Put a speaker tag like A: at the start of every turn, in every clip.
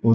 A: 我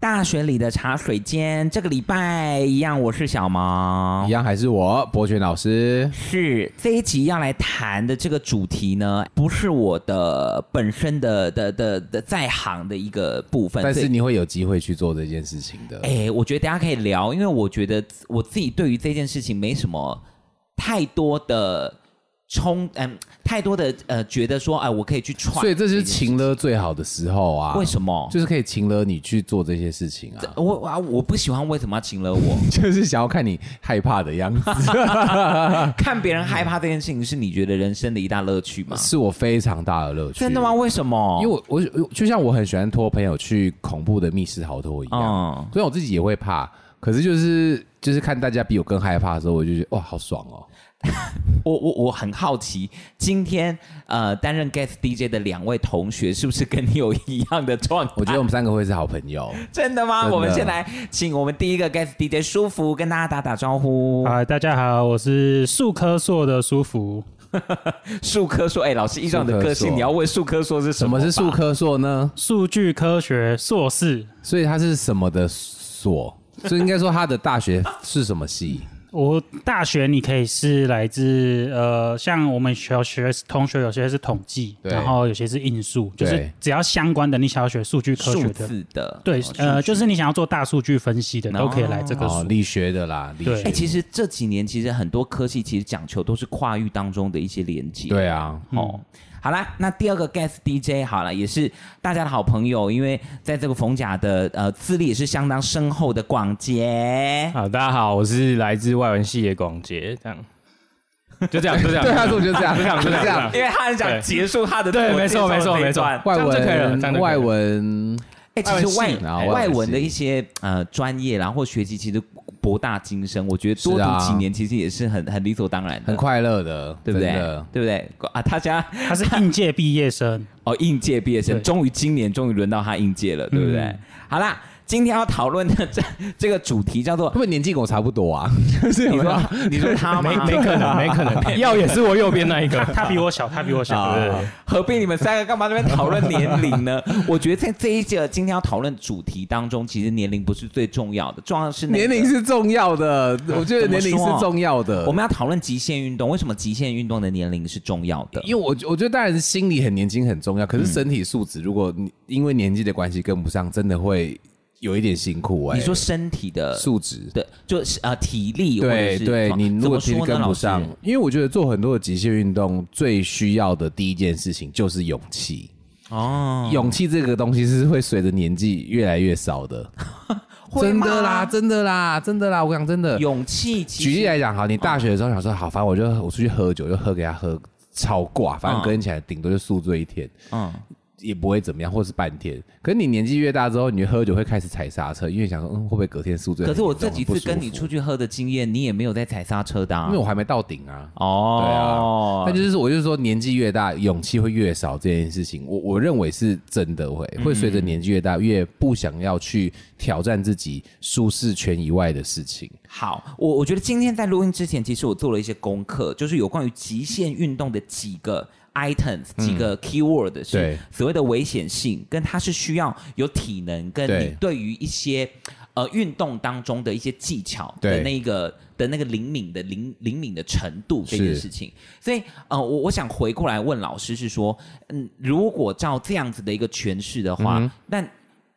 B: 大学里的茶水间，这个礼拜一样，我是小毛
C: 一。样还是我博群老师，
B: 是这一集要来谈的这个主题呢，不是我的本身的的的的在行的一个部分，
C: 但
B: 所
C: 是
B: 以
C: 你会有机会去做这件事情的。
B: 哎、我觉得大家可以聊，因为我觉得我自己对于这件事情没什么太多的冲，嗯，太多的呃，觉得说，哎、我可以去踹，
C: 所以这是情
B: 的，
C: 了最好的时候啊！
B: 为什么？
C: 就是可以情了你去做这些事情啊，
B: 我我啊我不喜欢为什么要请了我？
C: 就是想要看你害怕的样子，
B: 看别人害怕这件事情是你觉得人生的一大乐趣吗？
C: 是我非常大的乐趣。哦
B: 真的吗？？为什么？
C: 因为我我我就像我很喜欢拖朋友去恐怖的密室逃脱一样，
B: 嗯，
C: 虽然我自己也会怕，可是就是就是看大家比我更害怕的时候，我就觉得哇，好爽哦！
B: 我我我很好奇，今天呃担任 guest DJ 的两位同学是不是跟你有一样的状态？
C: 我觉得我们三个会是好朋友。
B: 真的吗？
C: 真的
B: 我们先来请我们第一个 guest DJ 舒服跟大家打打招呼。
D: 啊，大家好，我是树科硕的舒服。
B: 树科说：“哎、老师，依照你的
C: 树科
B: 个性，
C: 硕
B: 你要问树科说是什
C: 什
B: 么
C: 么
B: 吧？
C: 是数科硕呢？
D: 数据科学硕士，
C: 所以它是什么的所？所以应该说它的大学是什么 系？
D: 我大学你可以是来自呃，像我们小学同学有些是统计，
C: 对
D: 然后有些是应数，就是
C: 对
D: 只要相关的你想要学数据科学
B: 数
D: 的，
B: 字的？
D: 对
B: 哦，
D: 呃，
B: 数据
D: 就是你想要做大数据分析的，
B: 哦
D: 都可以来这个
C: 哦，
D: 数。
C: 理学的啦，理
D: 对
C: 学
B: 哎、。其实这几年其实很多科系其实讲求都是跨域当中的一些连接。
C: 对啊，
B: 哦。好啦，那第二个 guest DJ 好了，也是大家的好朋友，因为在这个冯甲的呃资历也是相当深厚的广杰。
E: 啊，大家好，我是来自外文系的广杰，这样，就这样，就这样，
C: 对啊，所以我 就这样，
E: 就这样，就这样，
B: 因为他很想
E: 对
B: 结束他的
E: 对
B: 自我
E: 没
B: 介绍
E: 错
B: 的
E: 没错
B: 这一
E: 没错
B: 段
C: 外
E: 这样就可以了这样就可以
C: 文，外
E: 了
C: 文，
B: 哎、其实外
C: 系然后
B: 外
C: 外文
B: 文的
C: 系
B: 一些呃专业啦，然后学籍其实博大精深，我觉得多
C: 是啊
B: 读几年其实也是很很理所当然的，
C: 很，快乐的，
B: 对不对
C: 真的？
B: 对不对？啊，他家
D: 他是应届毕业生，
B: 哦应届毕业生，
D: 对
B: 终于今年终于轮到他应届了，对不对？
D: 嗯
B: 好啦，今天要讨论的这这个主题叫做
C: 会不会年纪跟我差不多 啊？就是
B: 你
C: 有没
B: 说
C: 有
B: 你说他吗
E: 没？没可能，没可能，药也是我右边那一个，
D: 他比我小，他比我小，对
E: 对，
B: 何必你们三个干嘛那边讨论年龄呢？我觉得在这一节今天要讨论主题当中，其实年龄不是最重要的，重要的是那个
C: 年龄是重要的，
E: 啊
C: 我觉得年龄
B: 怎么说
C: 是重要的。
B: 我们要讨论极限运动，为什么极限运动的年龄是重要
E: 啊
B: 的？
C: 因为我我觉得当然心理很年轻很重要，
E: 嗯
C: 可是身体素质如果你因为年纪的关系跟不上，真的会有一点辛苦哎。
B: 你说身体的
C: 素质
B: 对，就是呃体力或者
C: 对
B: 是
C: 对
B: 什，么
C: 你
B: 怎
C: 如
B: 么
C: 果其实
B: 说呢
C: 跟
B: 老
C: 不
B: 师
C: 上，因为我觉得做很多的极限运动最需要的第一件事情就是勇气。
B: 哦，
C: 勇气这个东西是会随着年纪越来越少的，
B: 会
C: 真
B: 吗
C: 的啦，真的啦，真的啦，我讲真的。
B: 勇气其实
C: 举例来讲，好，你大学的时候想说，好，反正我就我出去喝酒，就喝给他喝超挂，反正
B: 嗯
C: 隔天起来顶多就宿醉一天，
B: 嗯，
C: 也不会怎么样，或是半天。可是你年纪越大之后，你喝酒会开始踩刹车，因为想说，嗯，会不会隔天宿醉
B: 可
C: 很严
B: 是
C: 重？
B: 我这几
C: 很不
B: 次
C: 舒
B: 跟你
C: 服
B: 出，去喝的经验，你也没有在踩刹车的、啊
C: 因为，我还没啊到顶啊。
B: 哦，
C: 那就是我就是说，年纪越大，勇气会越少这件事情，我我认为是真的会会随
B: 嗯
C: 着年纪越大，越不想要去挑战自己舒适圈以外的事情。
B: 好，我我觉得今天在录音之前，其实我做了一些功课，就是有关于极限运动的几个 items、几个 keyword 是
C: 嗯对
B: 所谓的危险性，跟它是需要有体能，跟
C: 对
B: 你对于一些呃运动当中的一些技巧的
C: 对
B: 那个的那个灵敏的灵灵敏的程度这件
C: 是
B: 事情。所以呃，我我想回过来问老师是说，嗯，如果照这样子的一个诠释的话，
D: 嗯
B: 那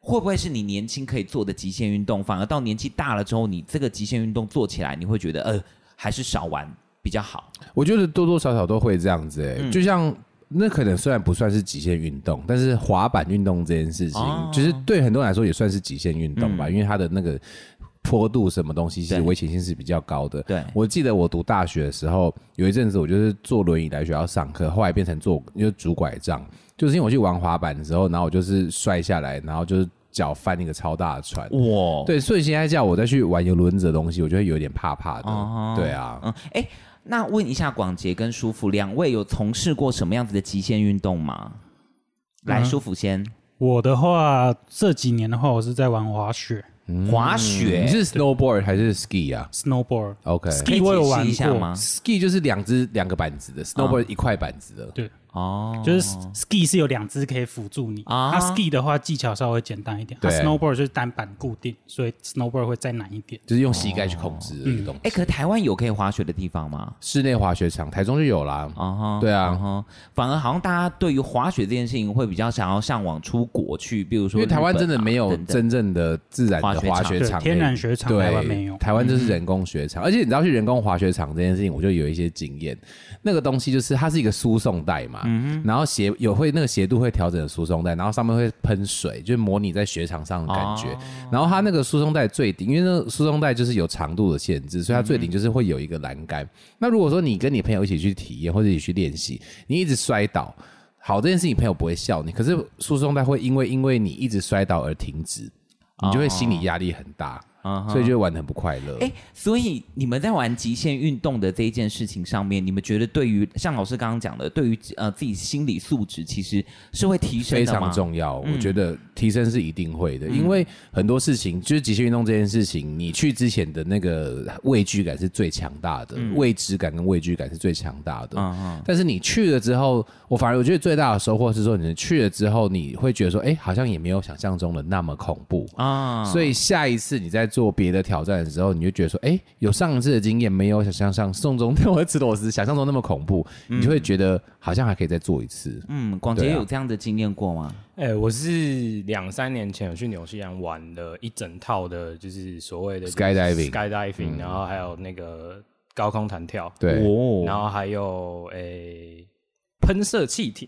B: 会不会是你年轻可以做的极限运动，反而到年纪大了之后，你这个极限运动做起来，你会觉得呃，还是少玩比较好？
C: 我觉得多多少少都会这样子、欸，
B: 嗯
C: 就像。那可能虽然不算是极限运动，但是滑板运动这件事情，
B: 哦嗯
C: 就是对很多人来说也算是极限运动吧，因为它的那个坡度什么东西是
B: 对
C: 危险性是比较高的。
B: 对
C: 我记得我读大学的时候，有一阵子我就是坐轮椅来学校上课，后来变成坐就是拄拐杖，就是因为我去玩滑板的时候，然后我就是摔下来，然后就是脚翻一个超大的船。
B: 哇，
C: 对，所以现在叫我再去玩游轮子的东西，我就会有点怕怕的。
B: 哦
C: 对啊，
B: 嗯，哎，那问一下广杰跟舒服两位有从事过什么样子的极限运动吗？
D: 嗯
B: 来，舒服先，
D: 我的话，这几年的话，我是在玩滑雪
B: 滑
C: 嗯你
B: 雪
C: 是 snowboard 还是 ski 啊
D: （snowboard）。
C: ？OK。
B: 可以
D: ski 我有
B: 解
D: 玩
B: 释一下
D: 过
B: 吗？
C: ski 就是两只两个板
B: 啊
C: 子的，snowboard 一块板子的。
D: 对，
B: 哦，
D: 就是 ski 是有两只可以辅助你。
B: 啊
D: 它 ski 的话技巧稍微简单一点，它啊
C: 对
D: snowboard 就是单板固定，所以 snowboard 会再难一点。
C: 就是用膝盖去控制的一个动作。
B: 哎，可是台湾有可以滑雪的地方吗？
C: 室内滑雪场台中就有啦。
B: 啊哈，
C: 对啊
B: 嗯哼，反而好像大家对于滑雪这件事情会比较想要向往出国去，比如
C: 因
B: 说
C: 为
B: 日本啊、
C: 台湾真的没有
B: 等等
C: 真正的自然的滑雪
D: 对
C: 场，
D: 天然雪场
C: 对，
D: 台湾没有。
C: 台湾就是
B: 嗯
C: 人工雪场，而且你知道去人工滑雪场这件事情，我就有一些经验。那个东西就是它是一个输送带嘛，
B: 嗯
C: 然后斜有会那个斜度会调整的输送带，然后上面会喷水，就是模拟在雪场上的感
B: 哦
C: 觉。然后它那个输送带最顶，因为那个输送带就是有长度的限制，所以它最顶就是会有一个栏杆。那如果说你跟你朋友一起去体验或者一起去练习，你一直摔倒。好，这件事情朋友不会笑你，可是输送带会因为因为你一直摔倒而停止，你就会心理压力很大。
B: 哦嗯哼
C: 所以就会玩的很不快乐。
B: 哎、所以你们在玩极限运动的这一件事情上面，你们觉得对于像老师刚刚讲的，对于呃自己心理素质其实是会提升
C: 非
B: 的吗？嗯
C: 常重要，我觉得提升是一定会的，因为很多事情就是极限运动这件事情，你去之前的那个畏惧感是最强大的，
B: 嗯
C: 未知感跟畏惧感是最强大
B: 啊
C: 的。但是你去了之后，我反而我觉得最大的收获是说，你去了之后，你会觉得说，哎、好像也没有想象中的那么恐怖。
B: 啊，
C: 所以下一次你在做别的挑战的时候，你就觉得说，哎、有上一次的经验没有想象上送中 我会吃螺丝想象中那么恐怖，你就会觉得好像还可以再做一次。
B: 嗯，广杰
C: 对啊
B: 有这样的经验过吗？
E: 哎、我是两三年前有去纽西兰玩了一整套的，就是所谓的
C: Skydiving 嗯
E: skydiving，、然后还有那个高空弹跳，
C: 对，
B: 哦
E: 然后还有诶喷射气体，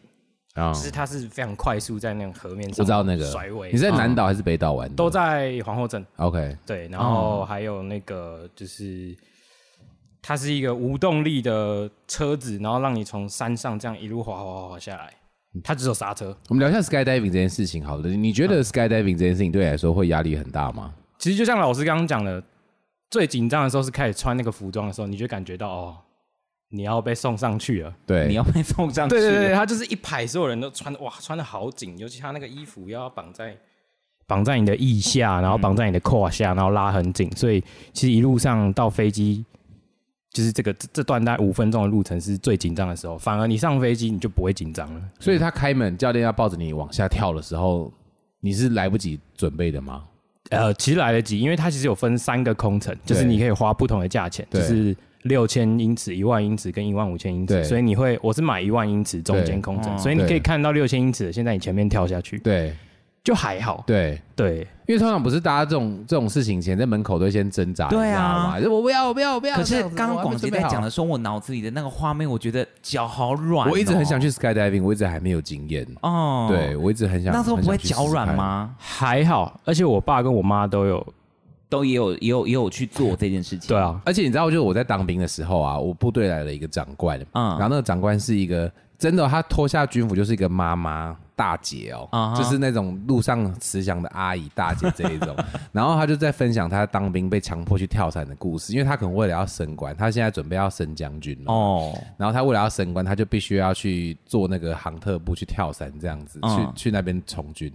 C: 啊
E: 就是它是非常快速在那种河面
C: 我
E: 上，
C: 知道那个
E: 甩尾，
C: 你在
E: 啊
C: 南岛还是北岛玩的？
E: 都在皇后镇，
C: OK，
E: 对，然后还有那个就是。它是一个无动力的车子，然后让你从山上这样一路滑滑滑滑下来，它只有刹车，
C: 我们聊一下 skydiving 这件事情好了。你觉
B: 啊
C: 得 skydiving 这件事情对你来说会压力很大吗？
E: 其实就像老师刚刚讲的，最紧张的时候是开始穿那个服装的时候，你就感觉到哦，你要被送上去了。
C: 对，
B: 你要被送上去，
E: 对对对，对他就是一排所有人都穿哇，穿的好紧，尤其他那个衣服要绑在绑在你的腋下，然后绑在你的胯下，然后拉很紧，所以其实一路上到飞机。就是这个这这段大概五分钟的路程是最紧张的时候，反而你上飞机你就不会紧张了。
C: 所以他开门，教练要抱着你往下跳的时候，你是来不及准备的吗？
E: 呃，其实来得及，因为它其实有分三个空层，就是
C: 对
E: 你可以花不同的价钱，就
C: 对
E: 是六千英尺、一万英尺跟一万五千英
C: 对
E: 尺，所以你会，我是买一万英尺中间
C: 对
E: 空
B: 哦
E: 层，所以你
C: 对
E: 可以看到六千英尺的，现在你前面跳下去
C: 对
E: 就还好，
C: 对，
E: 对，
C: 因为通常不是大家这种这种事情前在门口都会先挣扎，你
B: 对啊
C: 知道吗？就是哎我不要，我不要，我不要。
B: 可
C: 这
B: 是
C: 样子
B: 刚刚广杰在讲，
C: 我还没准备
B: 的时候，我脑子里的那个画面，我觉得脚好软、
C: 好我一直很想。去 skydiving，我一直还没有经验。
B: 哦，
C: 对，，我一直很想。
B: 那时候不
C: 很想
B: 会
C: 去试试
B: 脚软
C: 看？
B: 吗？
E: 还好。而且我爸跟我妈都有，
B: 都也有也有也有去 做这件事情。
E: 对啊，
C: 而且你知道，就是我在当兵的时候啊，我部队来了一个长官，
B: 嗯
C: 嗯，然后那个长官是一个真的，他脱下军服就是一个妈妈大姐哦，
B: 啊哈
C: 就是那种路上慈祥的阿姨大姐这一 种。然后他就在分享他当兵被强迫去跳伞的故事，因为他可能为了要升官，他现在准备要升将军了。
B: 哦，
C: 然后他为了要升官，他就必须要去做那个航特部去跳伞，这样子、
B: 嗯
C: 去去那边从军。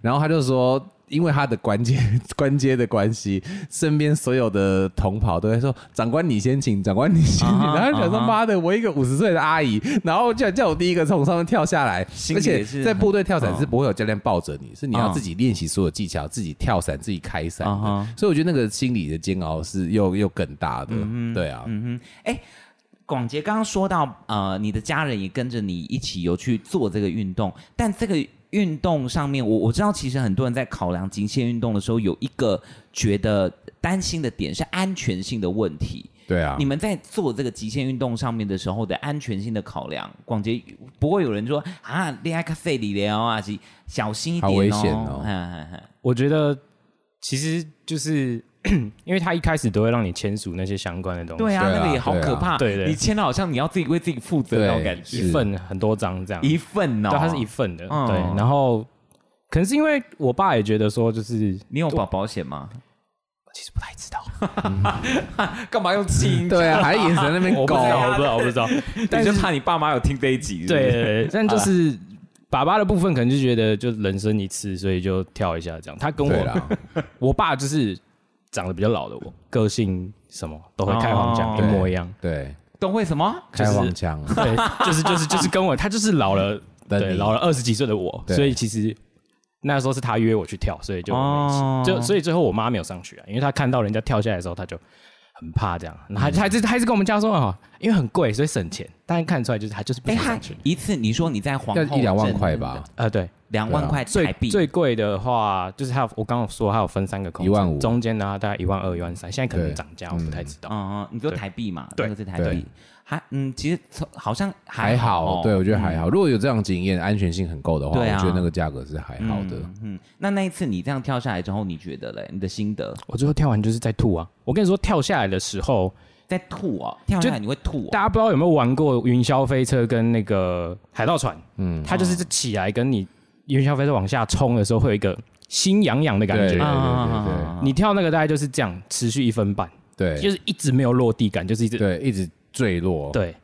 C: 然后他就说，因为他的关 节关节的关系，身边所有的同袍都在说：“长官你先请，长官你先请。
B: 啊 哈
C: 然后他想说：“
B: 啊哈
C: 妈的，我一个五十岁的阿姨，然后竟然叫我第一个从上面跳下来，
B: 心
C: 而
B: 里
C: 且
B: 也是
C: 在
B: 很
C: 部队跳伞是不会有教练抱着你，是你要
B: 嗯
C: 自己练习所有技巧，自己跳伞，自己开伞的。
B: 啊哈
C: 所以我觉得那个心理的煎熬是又又更大的，
B: 嗯
C: 对啊。
B: 广杰刚刚说到，呃，你的家人也跟着你一起有去做这个运动，但这个运动上面，我我知道，其实很多人在考量极限运动的时候，有一个觉得担心的点是安全性的问题。
C: 对啊，
B: 你们在做这个极限运动上面的时候的安全性的考量，广杰不会有人说啊，恋爱咖啡里聊啊，是小心一点、哦，
C: 好危险 哦
B: 哎哎哎
E: 我觉得其实就是 因为他一开始都会让你签署那些相关的东西，
B: 对啊，
C: 对啊
B: 那个也好可怕。
E: 对啊对对
B: 你签了好像你要自己为自己负责那种
C: 对
B: 感觉，
C: 是啊
E: 一份很多张这样，啊
B: 一份哦，
E: 对，它是一份的，
B: 嗯
E: 对。然后可能是因为我爸也觉得说，就是
B: 你有保保险吗？
E: 其实不太 知道，嗯
B: 干嘛用气音？
C: 对啊，还眼神那边
E: 我不
C: 搞
E: 知，道，我不知道，我不 知道。
B: 你就怕你爸妈有听这一集是哎不是
E: 对对，对 但就是爸爸的部分，可能就觉得就人生一次，所以就跳一下这样。他跟
C: 对
E: 我
C: 啦，
E: 我爸就是长得比较老的我，个性什么都会开黄腔，
B: 哦
E: 一模一样。
C: 对，
B: 都会什么？
C: 开黄腔，
E: 对，就是就是就是跟我，他就是老了，
C: 的
E: 对，
C: 你
E: 老了二十几岁的我，
C: 对
E: 所以其实那时候是他约我去跳，所以就我们一起
B: 哦
E: 就所以最后我妈没有上去啊，因为她看到人家跳下来的时候，她就很怕这样，然
C: 嗯
E: 后她她还是她还是跟我们家说啊，因为很贵，所以省钱，但是看得出来就是她就是不
B: 哎，
E: 想
B: 他
E: 上去。
B: 一次你说你在皇
C: 要
B: 后
C: 一两万
B: 镇
C: 块吧，
E: 啊、对，
B: 两万块
E: 最
B: 台币，
E: 最贵的话就是它有，我刚刚有说它有分三个空间，
C: 15,000
E: 中间呢大概一万二、一万三，现在可能
C: 对
E: 涨价，我不太知道。
B: 嗯，嗯，你说
E: 对
B: 台币嘛，
E: 对
B: 那个是台币
C: 对，
B: 还嗯，其实从好像
C: 还
B: 好
C: 好，
B: 哦，
C: 对我觉得还好。
E: 嗯
C: 如果有这样经验，安全性很够的话，我
B: 对啊
C: 觉得那个价格是还好的。
B: 嗯嗯，那那一次你这样跳下来之后，你觉得嘞？你的心得
E: 我最后跳完就是在吐啊！我跟你说，跳下来的时候，
B: 在吐哦，跳下来你会吐哦，
E: 大家不知道有没有玩过云霄飞车跟那个海盗船？
C: 嗯，
E: 它就是起来跟你云霄飞车往下冲的时候，会有一个心痒痒的感
C: 对对
E: 觉。嗯
C: 对
E: 你跳那个大概就是这样，持续一分半，
C: 对
E: 就
C: 对
E: 是一直没有落地感，就是一直
C: 对对，一直坠落，
E: 对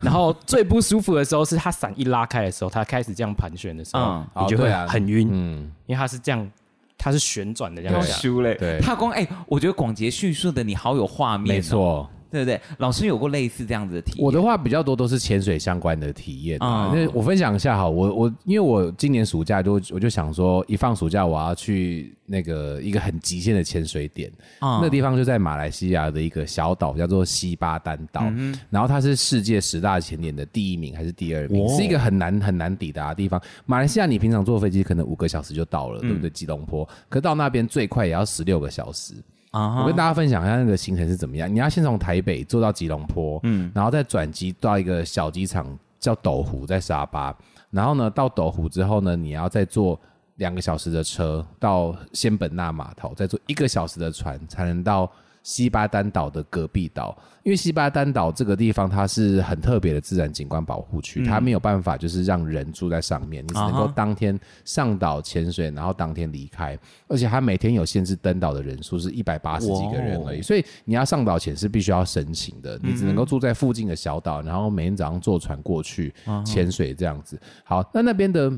E: 然后最不舒服的时候是它伞一拉开的时候，它开始这样盘旋的时候
B: 嗯，
E: 你就
C: 哦
E: 会
C: 对啊
E: 很晕，
C: 嗯，
E: 因为它是这样，它是旋转的这样
C: 对
E: 下
C: 啊。
A: 修嘞，
C: 对，
B: 他光哎，我觉得广杰叙述的你好有画
E: 哦
B: 面，啊
C: 没，错。
B: 对不对？老师有过类似这样子的题，
C: 我的话比较多都是潜水相关的体验啊
B: 嗯。
C: 那我分享一下哈，我我因为我今年暑假就我就想说，一放暑假我要去那个一个很极限的潜水点，
B: 啊
C: 那个地方就在马来西亚的一个小岛，叫做西巴丹岛。然后它是世界十大潜点的第一名还是第二名，是一个很难很难抵达的地方。马来西亚你平常坐飞机可能五个小时就到了，对不对？吉隆坡，可到那边最快也要十六个小时。
B: 啊
C: 我跟大家分享一下那个行程是怎么样。你要先从台北坐到吉隆坡，嗯，然后再转机到一个小机场叫斗湖，在沙巴。然后呢，到斗湖之后呢，你要再坐两个小时的车到仙本那码头，再坐一个小时的船才能到。西巴丹岛的隔壁岛，因为西巴丹岛这个地方它是很特别的自然景观保护区，它没有办法就是让人住在上面，你只能够
B: 嗯啊哈
C: 当天上岛潜水，然后当天离开。而且它每天有限制登岛的人数是一百八十几个人而已，所以你要上岛前是必须要申请的，你只能够住在附近的小岛，然后每天早上坐船过去潜水这样子。好，那那边的。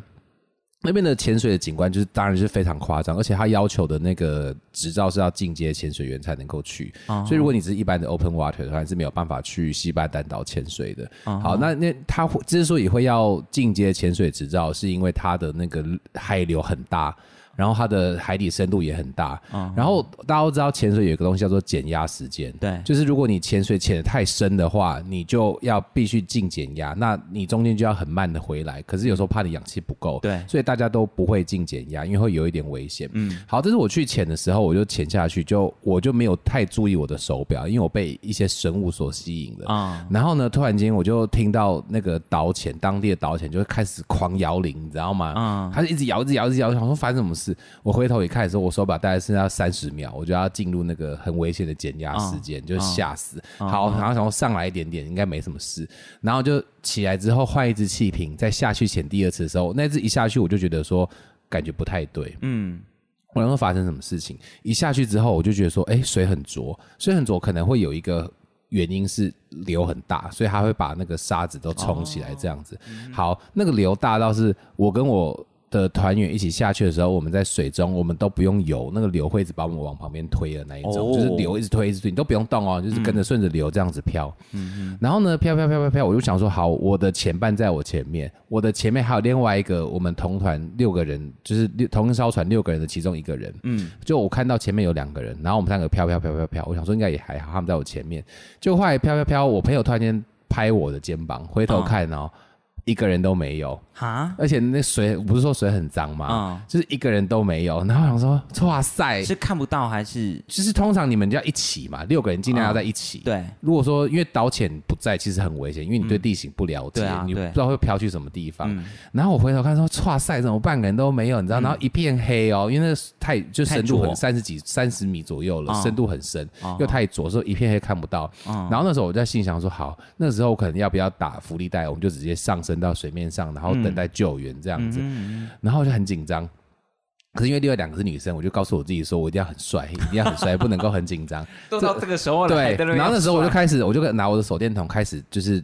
C: 那边的潜水的景观就是当然是非常夸张，而且它要求的那个执照是要进阶潜水员才能够去，所以如果你只是一般的 open water 的话，你是没有办法去西班丹岛潜水的。好，那那它会之所以会要进阶潜水执照，是因为它的那个海流很大。然后它的海底深度也很大，然后大家都知道潜水有一个东西叫做减压时间，
B: 对
C: 就是如果你潜水潜的太深的话，你就要必须进减压，那你中间就要很慢的回来，可是有时候怕你氧气不够，
B: 对
C: 所以大家都不会进减压，因为会有一点危险。嗯，好，这是我去潜的时候，我就潜下去，就我就没有太注意我的手表，因为我被一些生物所吸引了。
B: 啊
C: 然后呢，突然间我就听到那个导潜，当地的导潜就开始狂摇铃，你知道吗？
B: 啊
C: 他就一直摇，一直摇，一直摇，想说发生什么事。我回头一看的时候，我手表大概剩下三十秒，我就要进入那个很危险的减压时间，就吓死。好，然后想说上来一点点，应该没什么事。然后就起来之后换一只气瓶，再下去潜第二次的时候，那只一下去我就觉得说感觉不太对，
B: 嗯
C: 我想说发生什么事情。一下去之后，我就觉得说，哎、水很浊，水很浊可能会有一个原因是流很大，所以它会把那个沙子都冲起来这样子。好，那个流大到是我跟我。的团员一起下去的时候，我们在水中，我们都不用游，那个流会一直把我们往旁边推的那一种，
B: 哦
C: 就是流一直推一直推，你都不用动哦，就是跟着顺着流这样子飘。然后呢，飘飘飘飘飘，我就想说，好，我的前半在我前面，我的前面还有另外一个我们同团六个人，就是六同一艘船六个人的其中一个人，嗯，就我看到前面有两个人，然后我们三个飘飘飘飘飘，我想说应该也还好，他们在我前面，就后来飘飘飘，我朋友突然间拍我的肩膀，回头看哦，一个人都没有，
B: 哈
C: 而且那水不是说水很脏吗？
B: 啊，
C: 就是一个人都没有，然后我想说，哇塞，
B: 是看不到还是
C: 就是通常你们就要一起嘛，六个人尽量要在一起，
B: 对？
C: 如果说因为导潜不在，其实很危险，因为你对地形不了解，
B: 对啊
C: 你不
B: 对
C: 知道会飘去什么地方。
B: 嗯
C: 然后我回头看说，哇塞，怎么半个人都没有？你知道，然后一片黑哦，因为那个太就深度很
B: 太浊
C: 三十几三十米左右了，
B: 啊
C: 深度很深，
B: 啊
C: 又太浊，所以一片黑看不到。
B: 啊
C: 然后那时候我在心想说，好，那时候可能要不要打浮力
B: 嗯
C: 带，我们就直接上升到水面上，然后等待救援这样子。然后我就很紧张。可是因为另外两个是女生，我就告诉我自己说，我一定要很帅，一定要很帅，不能够很紧张。
F: 都到这个时候了，还
C: 对，
F: 在边
C: 然后那时候我就
F: 帅
C: 开始，我就拿我的手电筒开始，就是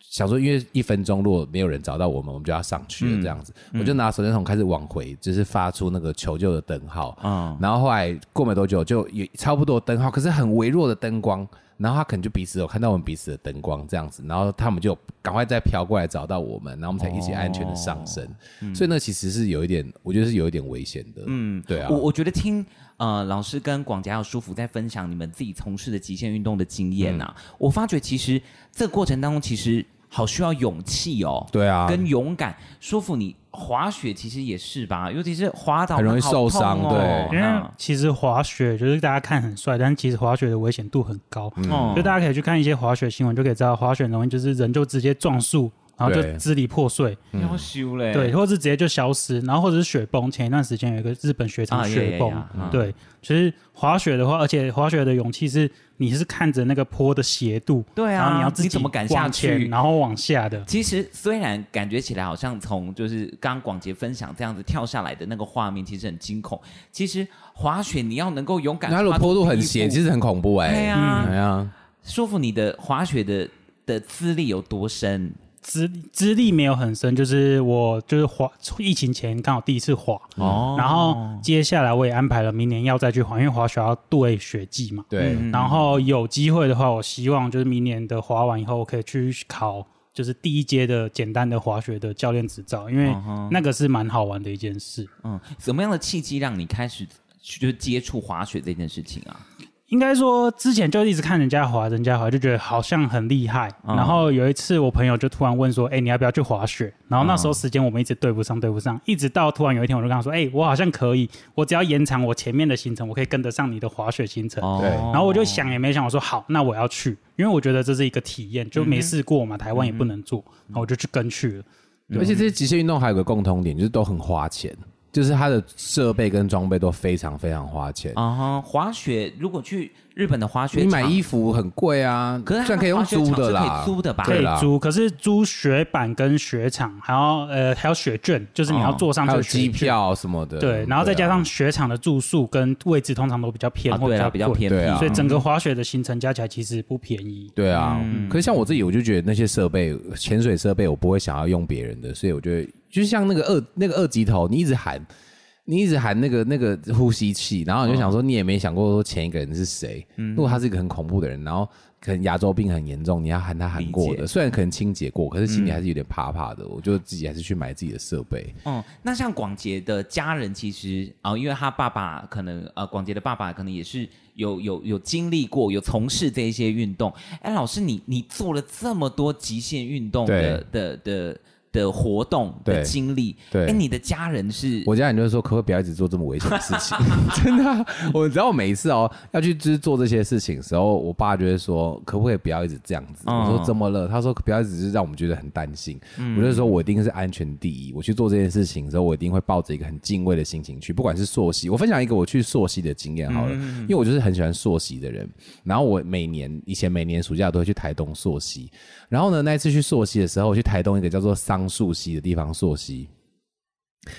C: 想说，因为一分钟如果没有人找到我们，我们就要上去了这样子。我就拿手电筒开始往回，就是发出那个求救的灯号。
B: 嗯
C: 然后后来过没多久，就也差不多灯号，可是很微弱的灯光。然后他可能就彼此有看到我们彼此的灯光这样子，然后他们就赶快再飘过来找到我们，然后我们才一起安全的上升。所以那其实是有一点，我觉得是有一点危险的。嗯，对啊，
B: 我我觉得听呃老师跟广家有舒服在分享你们自己从事的极限运动的经验啊，
C: 嗯
B: 我发觉其实这个过程当中其实好需要勇气哦，
C: 对啊，
B: 跟勇敢。舒服你滑雪其实也是吧，尤其是滑倒
C: 很容易
B: 好痛
C: 受伤
B: 哦
C: 对
D: 因为
B: 嗯
D: 其实滑雪就是大家看很帅，但其实滑雪的危险度很高，
B: 哦
D: 所以大家可以去看一些滑雪新闻，就可以知道滑雪很容易就是人就直接撞树，然后就
C: 对
D: 支离破碎，
B: 要修嘞，
D: 对，，或者是直接就消失，然后或者是雪崩。前一段时间有一个日本雪
B: 啊
D: 场
B: 呀
D: 雪崩，
B: 呀呀嗯
D: 对，其实滑雪的话，而且滑雪的勇气是你是看着那个坡的斜度，
B: 对啊
D: 然后你要自己
B: 你怎么敢下
D: 往前
B: 去
D: 然后往下的，
B: 其实虽然感觉起来好像从就是刚刚广杰分享这样子跳下来的那个画面，其实很惊恐。其实滑雪你要能够勇敢，
C: 那如果坡度很斜，其
B: 实
C: 实很恐怖哎、
B: 对啊
C: 哎呀，
B: 舒服你的滑雪的的资历有多深？
D: 资资历没有很深，就是我就是滑疫情前刚好第一次滑，
B: 哦
D: 然后接下来我也安排了明年要再去滑，因为滑雪要对雪季嘛。
C: 对。
B: 嗯
D: 然后有机会的话，我希望就是明年的滑完以后，我可以去考就是第一阶的简单的滑雪的教练执照，因为那个是蛮好玩的一件事。
B: 嗯，什么样的契机让你开始去就是接触滑雪这件事情啊？
D: 应该说之前就一直看人家滑，人家滑就觉得好像很厉害。然后有一次我朋友就突然问说：“哎、你要不要去滑雪？”然后那时候时间我们一直对不上，对不上，一直到突然有一天我就跟他说：“哎、我好像可以，我只要延长我前面的行程，我可以跟得上你的滑雪行程。
C: 对
B: 哦
D: 然后我就想也没想，我说好，那我要去，因为我觉得这是一个体验，就没试过嘛，台湾也不能做，然后我就去跟去了。
C: 而且这些极限运动还有个共通点，就是都很花钱，就是它的设备跟装备都非常非常花钱。
B: 啊哈，滑雪如果去日本的滑雪
C: 你
B: 场，
C: 买衣服很贵啊，
B: 可是它
C: 虽然可以用租的啦，
B: 滑雪场是可以租的吧
D: 可
C: 对
D: 以
C: 啦，
D: 租，可是租雪板跟雪场，还要呃还有雪券，就是你要坐上
C: 还
D: 这
C: 有
D: 个雪
C: 机
D: 券。
C: 票什么的。
D: 对，然后再加
C: 对
D: 上
C: 啊嗯
D: 雪场的住宿跟位置通常都比较偏
B: 啊，
D: 或
B: 对啦，
D: 者
B: 比较
D: 贵
B: 偏僻，
C: 对啊
D: 所以整个滑雪的行程加起来其实不便宜。
C: 对啊，
B: 嗯
C: 可是像我自己，我就觉得那些设备，潜水设备，我不会想要用别人的，所以我觉得就像那个二那个二级头，你一直喊，你一直喊那个那个呼吸器，然后你就想说，你也没想过说前一个人是谁。
B: 嗯
C: 如果他是一个很恐怖的人，然后可能牙周病很严重，你要喊他喊过
B: 理
C: 的，
B: 解
C: 虽然可能清洁过，可是心里还是有点怕怕的。我就自己还是去买自己的设备。
B: 嗯，那像广杰的家人，其实啊、因为他爸爸可能呃，广杰的爸爸可能也是有有有经历过，有从事这一些运动。哎，老师，你你做了这么多极限运动的的的的活动的
C: 对
B: 经历，
C: 对
B: 哎，你的家人是
C: 我家人就会说，可不可以不要一直做这么危险的事 情？真的啊、我只要每一次哦要去就是做这些事情的时候，我爸就会说，可不可以不要一直这样子？
B: 嗯
C: 我说怎么了？他说不要只是让我们觉得很担心。我就说我一定是安全第一。我去做这件事情的时候，我一定会抱着一个很敬畏的心情去，不管是溯溪，我分享一个我去溯溪的经验好了，因为我就是很喜欢溯溪的人。然后我每年以前每年暑假都会去台东溯溪，然后呢那一次去溯溪的时候，我去台东一个叫做桑树溪的地方溯溪。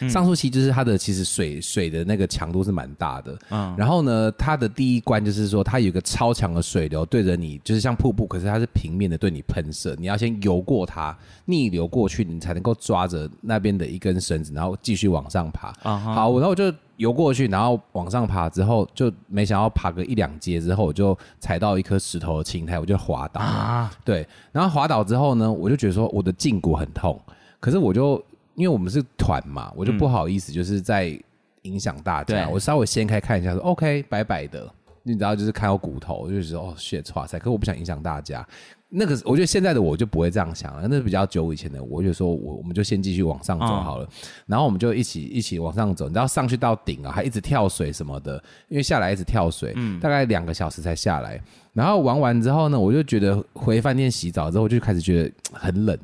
C: 上溯溪就是它的其实水水的那个强度是蛮大的，嗯，然后呢，它的第一关就是说它有一个超强的水流对着你，就是像瀑布，可是它是平面的对你喷射，你要先游过它，逆流过去，你才能够抓着那边的一根绳子，然后继续往上爬。
B: 啊
C: 好，然后我就游过去，然后往上爬之后，就没想到爬个一两阶之后，我就踩到一颗石头的青苔，我就滑倒了。对，然后滑倒之后呢，我就觉得说我的胫骨很痛，可是我就因为我们是团嘛，我就不好意思，就是在影响大家，
B: 对
C: 我稍微掀开看一下说 OK，白白的，你知道就是看到骨头，我就觉得哦 shit，哇塞，可我不想影响大家。那个我觉得现在的我就不会这样想了，那是比较久以前的我，我就说我我们就先继续往上走好了，然后我们就一起一起往上走，你知道上去到顶啊，还一直跳水什么的，因为下来一直跳水，大概两个小时才下来。然后玩完之后呢，我就觉得回饭店洗澡之后，我就开始觉得很冷，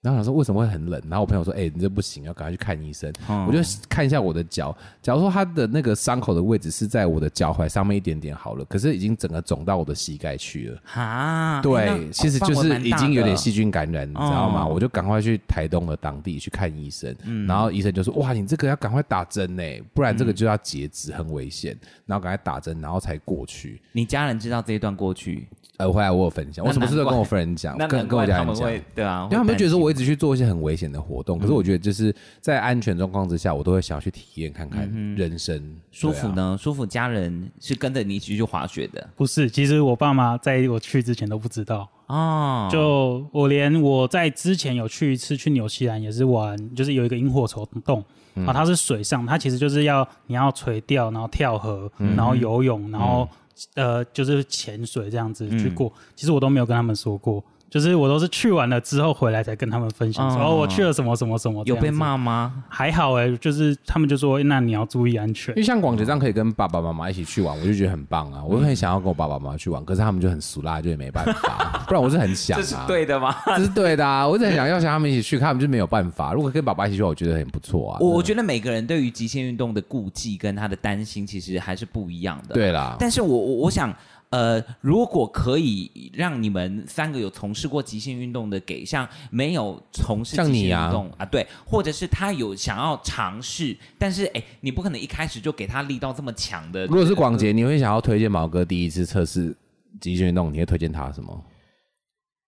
C: 然后想说为什么会很冷，然后我朋友说：“哎、你这不行，要赶快去看医生。
B: 嗯
C: 我就看一下我的脚，假如说它的那个伤口的位置是在我的脚踝上面一点点好了，可是已经整个肿到我的膝盖去了。
B: 啊，哎
C: 对，
B: 那
C: 其实
B: 范
C: 就
B: 围
C: 是
B: 蛮
C: 已
B: 大
C: 经有点
B: 的
C: 细菌感染，你知道吗？
B: 哦
C: 我就赶快去台东的当地去看医生，
B: 嗯
C: 然后医生就说：“哇，你这个要赶快打针呢，不然这个就要截肢，很危险。”然后赶快打针，然后才过去。
B: 你家人知道这一段过去，
C: 呃，后来我有分享，我什么事都跟我夫人讲
B: 那，
C: 跟
B: 难
C: 跟我
B: 怪
C: 家
B: 他
C: 人
B: 们
C: 讲。
B: 会对啊，
C: 因为他们
B: 会
C: 觉得说
B: 担心
C: 我一直去做一些很危险的活动，可是我觉得就是在安全状况之下，我都会想要去体验看看人生
B: 舒服。
C: 对啊
B: 呢，舒服家人是跟着你一起去滑雪的
D: 不是，其实我爸妈在我去之前都不知道，
B: 哦，
D: 就我连我在之前有去一次去纽西兰也是玩，就是有一个萤火虫洞。
B: 嗯
D: 啊，它是水上，它其实就是要你要垂钓，然后跳河，
B: 嗯
D: 然后游泳，然后、呃就是潜水这样子去
B: 嗯
D: 过。其实我都没有跟他们说过，就是我都是去完了之后回来才跟他们分享说，
B: 哦
D: 哦，我去了什么什么什么。
B: 有
D: 这
B: 被
D: 样子
B: 骂吗？
D: 还好哎、就是他们就说，那你要注意安全
C: 因为。像广结这样可以跟爸爸妈妈一起去玩，我就觉得很棒啊！我很想要跟我爸爸妈妈去玩，可是他们就很俗辣，就也没办法。不然我是很想、啊，
B: 这是对的吗？
C: 这是对的啊！我一直很想要想他们一起去，看他们就没有办法。如果跟爸爸一起去，我觉得很不错啊。
B: 我我觉得每个人对于极限运动的顾忌跟他的担心其实还是不一样的。
C: 对啦，
B: 但是我我我想，呃，如果可以让你们三个有从事过极限运动的给，像没有从事
C: 像
B: 极
C: 你
B: 限
C: 啊
B: 运动啊对，或者是他有想要尝试，但是哎，你不可能一开始就给他力道这么强 的。
C: 如果是广结，你会想要推荐毛哥第一次测试极限运动，你会推荐他什么？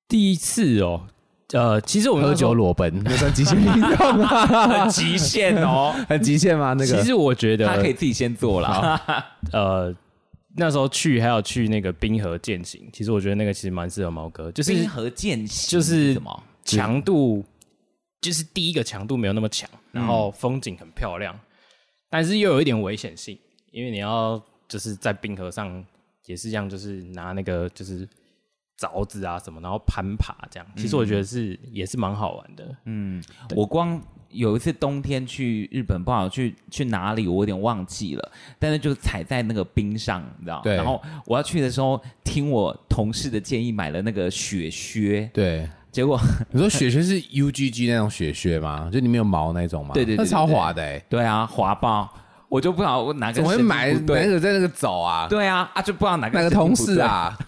E: 第一次哦，呃，其实我们
C: 喝
E: 那时候
C: 酒裸奔，那算极限运动
B: 啊
C: 吗？
B: 极限哦，
C: 很极限吗？那个
E: 其实我觉
B: 他可以
E: 得
B: 自己先做了。啊
E: 呃。那时候去还有去那个冰河践行，其实我觉得那个其实蛮适合毛哥，
B: 就
E: 就
B: 是冰河间隙
E: 就是
B: 什么？
E: 强度就是第一个强度没有那么强，然后风景很漂亮，但是又有一点危险性，因为你要就是在冰河上也是这样，就是拿那个就是凿子啊什么，然后攀爬这样。其实我觉得是、也是蛮好玩的，
C: 嗯
B: 嗯我光有一次冬天去日本，不好去去哪里，我有点忘记了。但是就踩在那个冰上，你知道？
C: 对
B: 然后我要去的时候，听我同事的建议买了那个雪靴，
C: 对，
B: 结果
C: 你说雪靴是 U G G 那种雪靴吗？就里面有毛那种吗？
B: 对对对，
C: 那超滑的哎
B: 对啊滑爆，我就不知道我哪个
C: 怎么会
B: 神经
C: 买
B: 不对
C: 哪个在那个走啊？
B: 对啊啊就不知道哪个
C: 哪个
B: 神经
C: 同
B: 不
C: 事
B: 对。
C: 啊？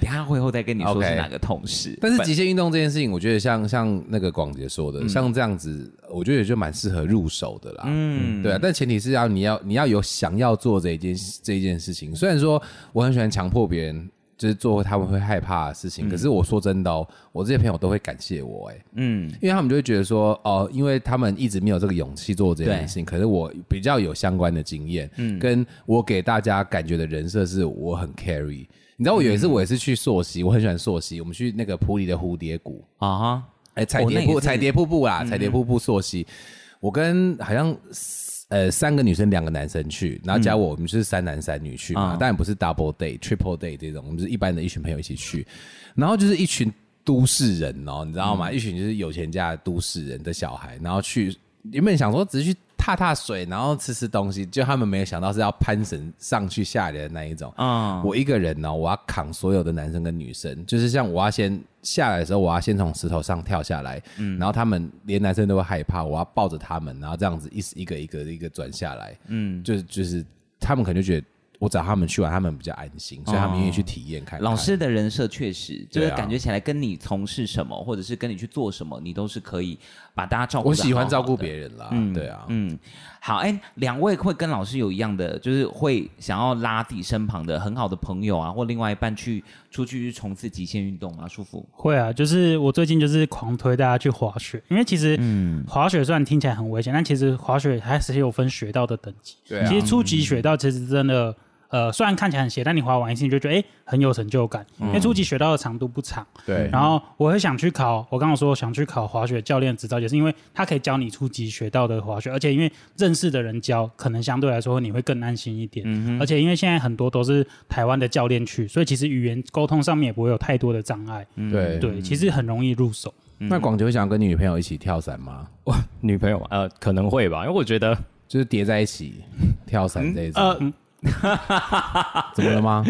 B: 等一下会后再跟你说
C: OK
B: 是哪个同事。
C: 但是
B: 本嗯
C: 极限运动这件事情，我觉得像像那个广杰说的，像这样子，我觉得就蛮适合入手的啦。嗯，对啊，但前提是要你要你要有想要做这一件这一件事情。虽然说我很喜欢强迫别人。就是做他们会害怕的事情，可是我说真的哦，我这些朋友都会感谢我哎、
B: 嗯
C: 因为他们就会觉得说，哦，因为他们一直没有这个勇气做这件事情，可是我比较有相关的经验，跟我给大家感觉的人设是我很 carry。你知道我有一次我也是去溯溪，我很喜欢溯溪，我们去那个普里的蝴蝶谷，
B: 啊哈
C: 哎，彩
B: 哦
C: 蝶
B: 那也
C: 瀑，
B: 是嗯
C: 彩蝶瀑布啦，彩蝶瀑布溯溪，我跟好像。呃，三个女生，两个男生去，然后加我，我们是三男三女去嘛，
B: 嗯啊
C: 当然不是 double day、triple day 这种，我们是一般的一群朋友一起去，然后就是一群都市人哦，你知道吗？
B: 嗯
C: 一群就是有钱家的都市人的小孩，然后去原本想说只是去踏踏水，然后吃吃东西，就他们没有想到是要攀绳上去下来的那一种。
B: 啊
C: 我一个人呢、我要扛所有的男生跟女生，就是像我要先下来的时候，我要先从石头上跳下来，
B: 嗯
C: 然后他们连男生都会害怕，我要抱着他们，然后这样子一一个一个一个转下来，嗯，就是就是他们可能就觉得我找他们去玩，他们比较安心，所以他们愿意去体验看看。
B: 哦老师的人设确实就
C: 对
B: 是
C: 啊
B: 感觉起来跟你从事什么，或者是跟你去做什么，你都是可以把大家照顾。
C: 我喜欢照顾别
B: 人。
C: 人啦，对啊，
B: 嗯，好，哎、两位会跟老师有一样的，就是会想要拉自己身旁的很好的朋友啊，或另外一半去出去从事极限运动吗？舒服？
D: 会啊，就是我最近就是狂推大家去滑雪，因为其实
C: 嗯
D: 滑雪虽然听起来很危险，但其实滑雪还是有分雪道的等级。
C: 对啊
D: 其实初级雪道其实真的，呃，虽然看起来很斜，但你滑完一次你就觉得哎、诶很有成就感，
C: 嗯
D: 因为初级雪道的长度不长。
C: 对
D: 然后我会想去考，我刚刚说想去考滑雪教练执照，也是因为他可以教你初级学到的滑雪，而且因为认识的人教，可能相对来说你会更安心一点。而且因为现在很多都是台湾的教练去，所以其实语言沟通上面也不会有太多的障碍。
C: 对。
D: 对，其实很容易入手。
B: 嗯
C: 那广九想跟你女朋友一起跳伞吗？
E: 女朋友嘛呃可能会吧，因为我觉得
B: 嗯
C: 嗯就是叠在一起跳伞这一种，
E: 呃
C: 怎么了吗？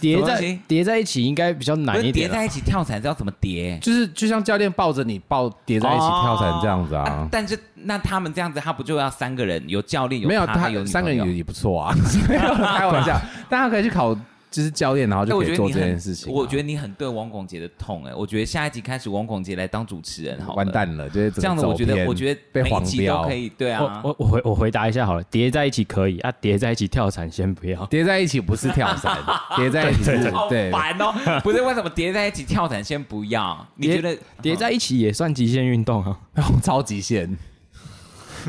E: 叠
B: 什么东西
E: 在叠在一起应该比较
B: 不
E: 难
B: 是
E: 一
B: 叠
E: 点啊。
B: 在一起跳伞是要怎么叠？
C: 就是就像教练抱着你抱叠在一起跳伞这样子
B: 啊
C: 啊，
B: 但是那他们这样子，他不就要三个人，有教练，有
C: 没有
B: 他，还有
C: 他
B: 女
C: 三个
B: 朋友
C: 人也也不错啊， 没有开玩 笑，大家可以去考就是教练，然后
B: 哎
C: 就
B: 我
C: 可
B: 觉
C: 以
B: 得
C: 做
B: 你
C: 这
B: 很，
C: 件事情啊。
B: 我觉得你很对王广杰的痛哎、我觉得下一集开始王广杰来当主持人好了，
C: 完蛋了，就是
B: 这样子，我觉得我觉得
C: 被
B: 每一
C: 黄
B: 集都
C: 标
B: 可，以，对啊，
E: 我我我回我回答一下好了，叠在一起可以啊，叠在一起跳伞先不要。
C: 叠在一起不是跳 伞，叠在一起是
B: 好
C: 对。
B: 烦 哦、不是为什么叠在一起跳伞先不要？你觉得
E: 叠在一起也算极限运 动啊？
C: 超极 限。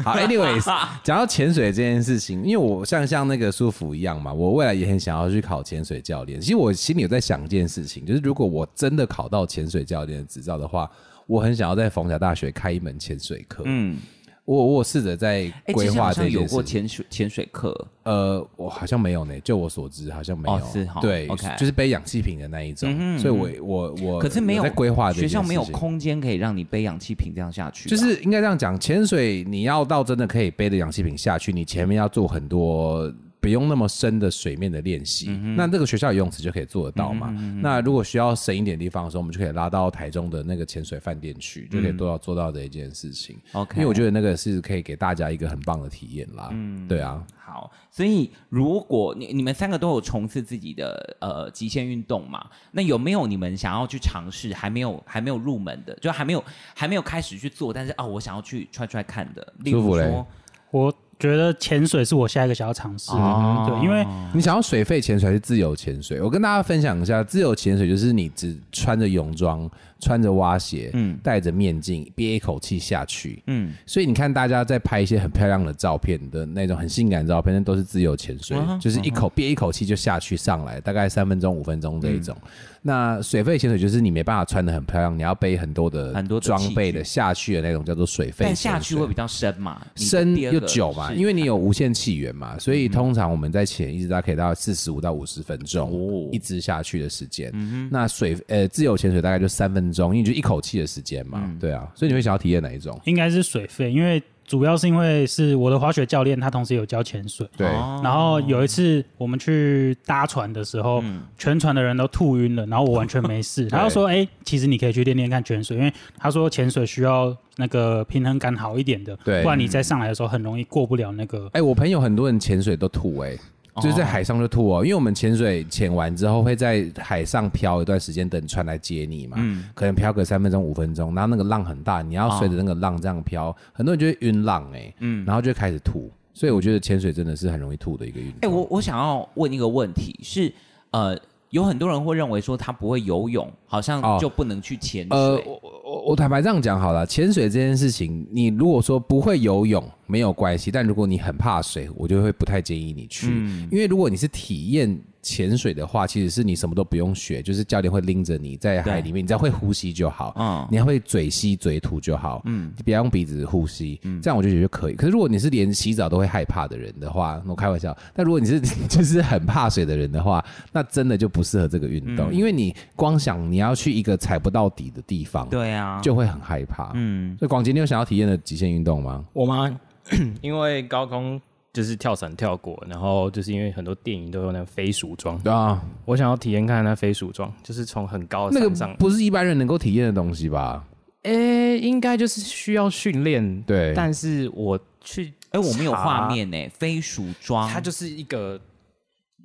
C: 好，anyways，讲到潜水这件事情，因为我像像那个舒服一样嘛，我未来也很想要去考潜水教练。其实我心里有在想一件事情，就是如果我真的考到潜水教练的执照的话，我很想要在逢甲大学开一门潜水课。
B: 嗯，
C: 我我有试着在
B: 哎、
C: 规
B: 其实
C: 划
B: 好
C: 这
B: 像有
C: 件
B: 过
C: 事情。
B: 潜水潜水课，
C: 呃，我好像没有呢，就我所知好像没有。
B: 哦是哈
C: 对
B: OK
C: 就是背氧气瓶的那一种。
B: 嗯哼
C: 所以我我我
B: 可是没有
C: 哦在规划这
B: 学
C: 件
B: 校没有
C: 事情
B: 空间可以让你背氧气瓶这样下去吧，啊
C: 就是应该这样讲，潜水你要到真的可以背着氧气瓶下去，你前面要做很多。不用那么深的水面的练习，那这个学校游泳池就可以做得到嘛？那如果需要深一点的地方的时候，我们就可以拉到台中的那个潜水饭店去，就可以做到做到这一件事情。
B: 嗯 OK
C: 因为我觉得那个是可以给大家一个很棒的体验啦。对啊，
B: 好，所以如果你你们三个都有从事自己的呃极限运动嘛，那有没有你们想要去尝试还没有还没有入门的，就还没有还没有开始去做，但是哦，我想要去 try try 看的，例
C: 舒
B: 如
C: 服嘞
B: 说
D: 我觉得潜水是我下一个想要尝试的，对，因为
C: 你想要水肺潜水还是自由潜水？我跟大家分享一下，自由潜水就是你只穿着泳装、穿着蛙鞋、嗯，戴着面镜，憋一口气下去，嗯。所以你看大家在拍一些很漂亮的照片的那种很性感的照片，那都是自由潜水，
B: 嗯
C: 就是一口憋一口气就下去上来，大概三分钟、五分钟这一种。
B: 嗯
C: 那水肺潜水就是你没办法穿的很漂亮，你要背很多的
B: 很多的器具
C: 装备的下去的那种叫做水肺
B: 但
C: 潜水。
B: 下去会比较深嘛，你的
C: 深
B: 第二
C: 又
B: 个
C: 久嘛，
B: 是
C: 因为你有无限气源 嘛，所以通常我们在潜一直大概可以到四十五到五十分
B: 嗯哦
C: 钟，一直下去的时间。那水呃自由潜水大概就三分钟，因为你就一口气的时间嘛，
B: 嗯
C: 对啊，所以你会想要体验哪一种？
D: 应该是水费，因为主要是因为是我的滑雪教练，他同时有教潜水。
C: 对，
D: 然后有一次我们去搭船的时候，
B: 嗯
D: 全船的人都吐晕了，然后我完全 没事。他就说：“哎、其实你可以去练练看潜水，因为他说潜水需要那个平衡感好一点的，
C: 对
D: 不然你在上来的时候很容易过不了那个。
C: 哎，我朋友很多人潜水都吐哎、就是在海上就吐哦，因为我们潜水潜完之后会在海上漂一段时间，等船来接你嘛，
B: 嗯
C: 可能漂个三分钟五分钟，然后那个浪很大，你要随着那个浪这样漂，很多人就会晕浪哎、然后就会开始吐，所以我觉得潜水真的是很容易吐的一个运动。
B: 哎、我我想要问一个问题是呃。有很多人会认为说他不会游泳，好像
C: 哦
B: 就不能去潜水。
C: 呃，我我我我坦白这样讲好了，潜水这件事情，你如果说不会游泳没有关系，但如果你很怕水，我就会不太建议你去，
B: 嗯
C: 因为如果你是体验潜水的话，其实是你什么都不用学，就是教练会拎着你在海里面，你只要会呼吸就好，
B: 嗯
C: 你还会嘴吸嘴吐就好，嗯，你不要用鼻子呼吸，这样我就觉得就可以。可是如果你是连洗澡都会害怕的人的话，我开玩笑，但如果你是 就是很怕水的人的话，那真的就不适合这个运动，因为你光想你要去一个踩不到底的地方，
B: 对啊，
C: 就会很害怕。嗯，所以广杰，你有想要体验的极限运动吗？
E: 我吗？ 因为高空就是跳伞跳过，然后就是因为很多电影都有那个飞鼠装，
C: 对啊，
E: 我想要体验看看那飞鼠装，就是从很高的
C: 那
E: 山
C: 个
E: 上，
C: 不是一般人能够体验的东西吧？
E: 诶、应该就是需要训练，
C: 对
E: 但是我去，
B: 哎、我们有画
E: 查
B: 面呢、飞鼠装，
E: 它就是一个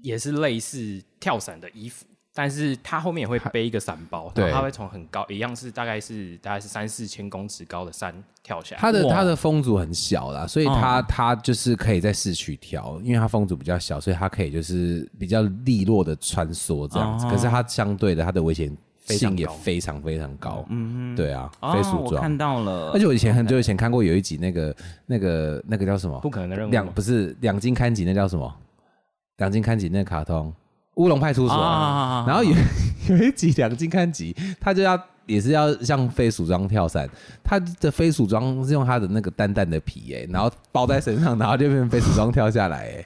E: 也是类似跳伞的衣服，但是它后面也会背一个伞包，
C: 对
E: 然后它会从很高，一样是大概是大概是三四千公尺高的山跳下来。
C: 它的
B: 哇嗯
C: 它的风阻很小啦，所以它它就是可以在市区调，因为它风阻比较小，所以它可以就是比较利落的穿梭这
B: 啊
C: 样子。可是它相对的，它的危险性也非常非常高。嗯，对啊，
B: 哦
C: 飞鼠
B: 我看
C: 装。
B: 到了，
C: 而且我以前很久以前看过有一集那个那个那个叫什么
E: 不？可能的任务
C: 两
E: 嘛，
C: 不是两金刊集那叫什么？两金刊集那个卡通乌龙派出所。
B: 啊
C: 然后有 有一集两金刊集，他就要也是要像飞鼠装跳伞，他的飞鼠欸 装是用他的那个淡淡的皮哎、然后包在身上，然后就变成飞鼠装跳下来哎、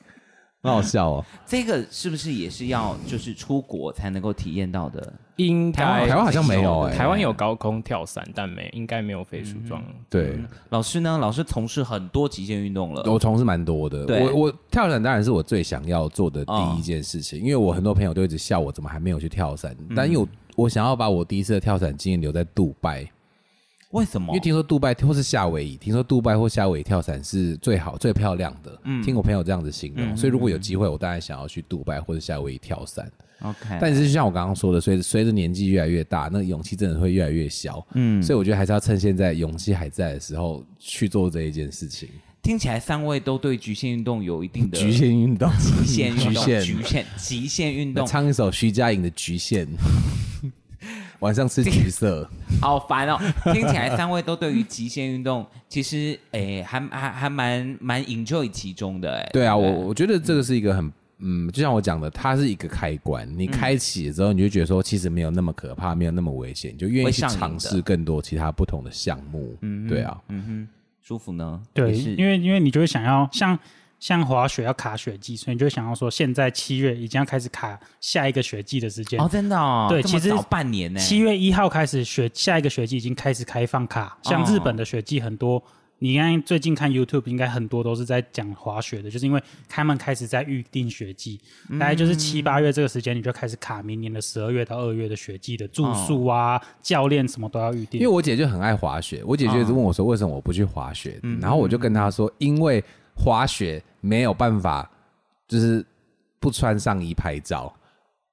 C: 很好笑哦。
B: 这个是不是也是要就是出国才能够体验到的？
E: 应
C: 台
E: 该
C: 湾台湾好像没有哎
E: 台湾有高空跳伞，但没应该没有飞鼠
C: 嗯
E: 装。
C: 对，
B: 老师呢？老师从事很多极限运动了，
C: 我从事蛮多的。
B: 对
C: 我我跳伞当然是我最想要做的第一件事情，因为我很多朋友都一直笑我怎么还没有去跳伞，但因
B: 嗯
C: 为我我想要把我第一次的跳伞经验留在杜拜，
B: 为什么
C: 因为？听说杜拜或是夏威夷，听说杜拜或夏威夷跳伞是最好最漂亮的。
B: 嗯
C: 听我朋友这样子形容，所以如果有机会，我当然想要去杜拜或者夏威夷跳伞。
B: OK，
C: 但是就像我刚刚说的，随着随着年纪越来越大，那个勇气真的会越来越小。嗯，所以我觉得还是要趁现在勇气还在的时候去做这一件事情。
B: 听起来三位都对极限运动有一定的
C: 极限运动，
B: 极限运
C: 局
B: 动、
C: 限
B: 极限、极限运动，
C: 唱一首徐佳莹的《局 限》，晚上吃橘色。
B: 好烦哦！听起来三位都对于极限运动其实诶、还还还蛮蛮 enjoy 其中的诶。
C: 对啊，
B: 不
C: 我我觉得这个是一个很。嗯，就像我讲的，它是一个开关，你开启了之后，你就觉得说其实没有那么可怕，没有那么危险，你就愿意
B: 会
C: 去
B: 上瘾
C: 尝
B: 的
C: 试更多其他不同的项目。嗯，对啊，
B: 嗯哼，舒服呢？
D: 对，
B: 也是
D: 因为因为你就会想要像像滑雪要卡雪季，所以你就会想要说，现在七月已经要开始卡下一个雪季的时间。
B: 哦，真的哦，
D: 对
B: 这么
D: 其实
B: 早半年呢，
D: 七月一号开始学，下一个学季已经开始开放卡。
C: 哦
D: 像日本的学季很多，你应该最近看 YouTube 应该很多都是在讲滑雪的，就是因为他们开始在预定学季，
C: 嗯
D: 大概就是七八月这个时间你就开始卡明年的十二月到二月的学季的住宿啊、教练什么都要预定。
C: 哦因为我姐就很爱滑雪，我姐就一直问我说为什么我不去滑雪，然后我就跟她说，因为滑雪没有办法，就是不穿上衣拍照。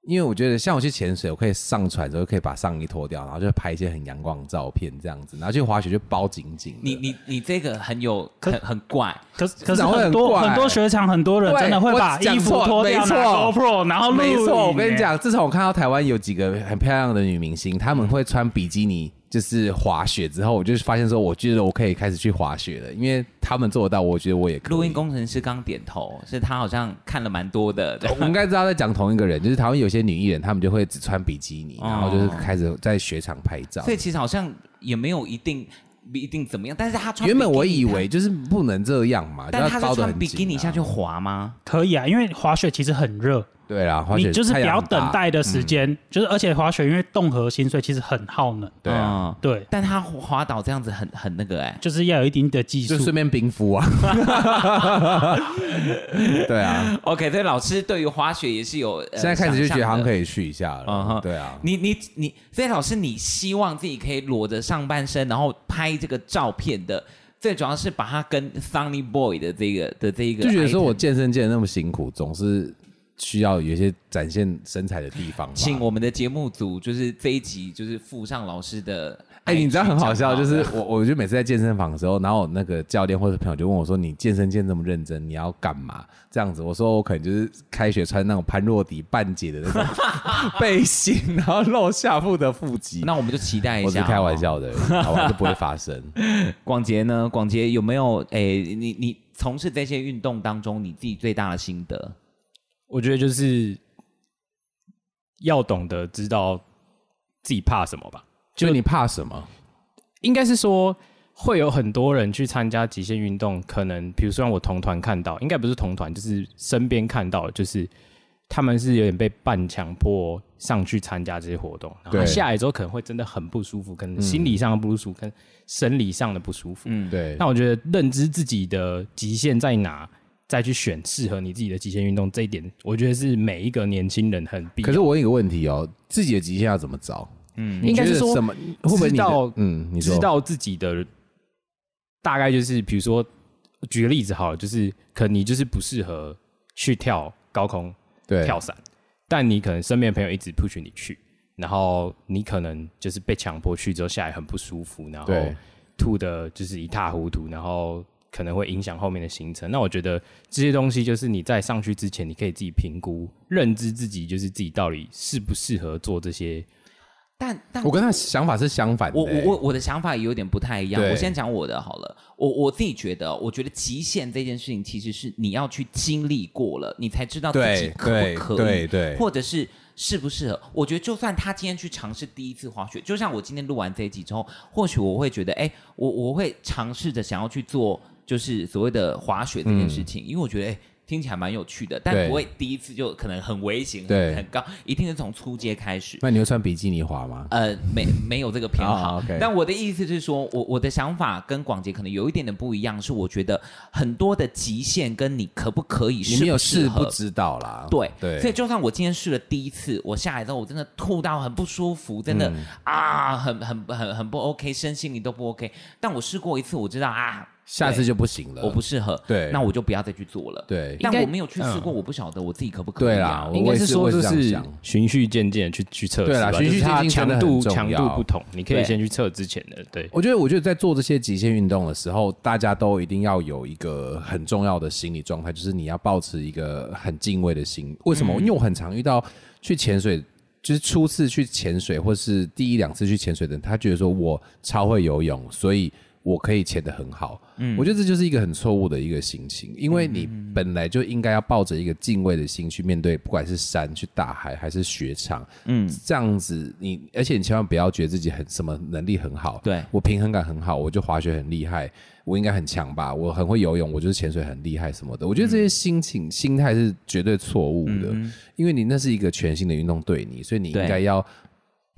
C: 因为我觉得，像我去潜水，我可以上船之后可以把上衣脱掉，然后就拍一些很阳光的照片这样子，然后去滑雪就包紧紧的。
B: 你你你这个很有
D: 可
B: 很很怪，
D: 可是可是
C: 哪会
D: 很
C: 很
D: 多
C: 怪
D: 很多雪场很多人
C: 对
D: 真的会
C: 我
D: 把
C: 讲
D: 衣服
C: 错
D: 脱掉
C: 没错
D: 拿 GoPro，然后录
C: 没错，我
D: 影
C: 跟你
D: 欸，
C: 讲，自从我看到台湾有几个很漂亮的女明星，她们会穿比基尼就是滑雪之后，我就发现说，我觉得我可以开始去滑雪了，因为她们做得到，我觉得我也可以。
B: 录音工程师刚点头，是他好像看了蛮多的，对
C: 我们应该知道在讲同一个人，就是台湾有些女艺人，她们就会只穿比基尼，
B: 哦
C: 然后就是开始在雪场拍照
B: 所。以其实好像也没有一定一定怎么样，但是他穿
C: 原本我
B: 比基尼
C: 以为，就是不能这样嘛，就
B: 但但
C: 要
B: 他
C: 包
B: 是
C: 得
B: 穿
C: 很
B: 比
C: 紧
B: 基尼
C: 啊
B: 下去。滑吗？
D: 可以啊，因为滑雪其实很热，
C: 对啦，滑雪
D: 你就是
C: 太
D: 不
C: 阳
D: 要
C: 很大嗯
D: 等。待的时间，就是而且滑雪因为动核心，所以其实很耗能。
C: 对啊，
B: 嗯
D: 对，
B: 但他滑倒这样子很很那个哎、
D: 就是要有一定的技
C: 就
D: 术。
C: 顺便冰敷啊。 对啊，
B: OK，所以老师对于滑雪也是有、呃、
C: 现在开始就觉得好像可
B: 以。
C: 以去一下
B: 嗯哼
C: 了。对啊，
B: 你你你，所以老师，你希望自己可以裸着上半身，然后拍这个照片的，最主要是把它跟 Sunny Boy 的这个的这一个，
C: 就觉得说我，健身健得那么辛苦，总是需要有一些展现身材的地方吧。
B: 请我们的节目组就是这一集就是附上老师的 IG 账号，
C: 哎、你知道很好笑，就是我，我就每次在健身房的时候，然后我那个教练或者朋友就问我说：“你健身健这么认真，你要干嘛？”这样子，我说我可能就是开学穿那种潘若迪半截的那种背心，然后露下腹的腹肌。
B: 那我们就期待一
C: 我
B: 下，
C: 是开玩
B: 好不好
C: 笑的，好吧，就不会发生。
B: 广杰呢？广杰有没有？诶、你你从事这些运动当中，你自己最大的心得？
E: 我觉得就是要懂得知道自己怕什么吧。
C: 就你怕什么？
E: 应该是说会有很多人去参加极限运动，可能比如说让我同团看到，应该不是同团，就是身边看到，就是他们是有点被半强迫上去参加这些活动，然后
C: 对
E: 下来之后可能会真的很不舒服，跟心理上的不舒服，跟生理上的不舒服。
B: 嗯，
C: 对，
E: 那我觉得认知自己的极限在哪，再去选适合你自己的极限运动，这一点我觉得是每一个年轻人很必要。
C: 可是我有一个问题哦，自己的极限要怎么找？嗯，
E: 应该是说
C: 什么？会不会你的
E: 知道
C: 嗯，你说
E: 知道自己的大概就是，比如说举个例子好了，就是可能你就是不适合去跳高空
C: 对
E: 跳伞，但你可能身边的朋友一直 push 你去，然后你可能就是被强迫去之后下来很不舒服，然后
C: 对
E: 吐的就是一塌糊涂，然后可能会影响后面的行程。那我觉得这些东西就是你在上去之前，你可以自己评估、认知自己，就是自己到底适不适合做这些。
B: 但但
C: 我跟他想法是相反的、欸
B: 我我我我的想法有点不太一样。
C: 对
B: 我先讲我的好了。我我自己觉得，我觉得极限这件事情其实是你要去经历过了，你才知道自己
C: 对
B: 可
C: 对
B: 不可
C: 对
B: 以，
C: 对
B: 或者是适不适合。我觉得，就算他今天去尝试第一次滑雪，就像我今天录完这一集之后，或许我会觉得，哎，我我会尝试着想要去做，就是所谓的滑雪这件事情，因为我觉得，哎。听起来蛮有趣的，
C: 嗯
B: 但
C: 对
B: 不会第一次就可能很危险，
C: 对
B: 很很高，一定是从初阶开始。
C: 那你会穿比基尼滑吗？
B: 呃，没没有这个偏好。
C: 啊，OK
B: 但我的意思是说，我我的想法跟广杰可能有一点点不一样，是我觉得很多的极限跟你可不可以
C: 你
B: 适
C: 没有
B: 适
C: 试
B: 合
C: 不知道啦。
B: 对
C: 对，
B: 所以就算我今天试了第一次，我下来之后我真的吐到很不舒服，真的、
C: 嗯
B: 啊，很很很很不 OK，身心里都不 OK。但我试过一次，我知道啊，
C: 下次就不行了。
B: 我不适合，
C: 呃对
B: 那我就不要再去做了。
C: 对嗯
B: 但
E: 应该
B: 我没有去试过，我不晓得我自己可不可
C: 对
B: 以
C: 啦
B: 啊。，
C: 我
E: 应该
C: 也是
E: 说就
C: 我也是这
E: 是
C: 样想
E: 循序渐进地去去测试吧，
C: 对啦循序渐进
E: 就是它
C: 真的
E: 强
C: 很
E: 度
C: 重
E: 强
C: 要
E: 度不同，你可以
B: 对
E: 先去测之前的，对，
C: 我觉得，我觉得在做这些极限运动的时候，大家都一定要有一个很重要的心理状态，就是你要保持一个很敬畏的心。为什么？因为我很常遇到去潜水，就是初次去潜水或是第一两次去潜水的人，他觉得说我超会游泳，所以我可以潜得很好。嗯，我觉得这就是一个很错误的一个心情，因为你本来就应该要抱着一个敬畏的心去面对，不管是山、去大海还是雪场，嗯，这样子你，而且你千万不要觉得自己很什么能力很好，
B: 对
C: 我平衡感很好，我就滑雪很厉害，我应该很强吧，我很会游泳，我就是潜水很厉害什么的。我觉得这些心情、心态是绝对错误的，
B: 嗯
C: 因为你那是一个全新的运动对你，所以你应
B: 对嗯
C: 该要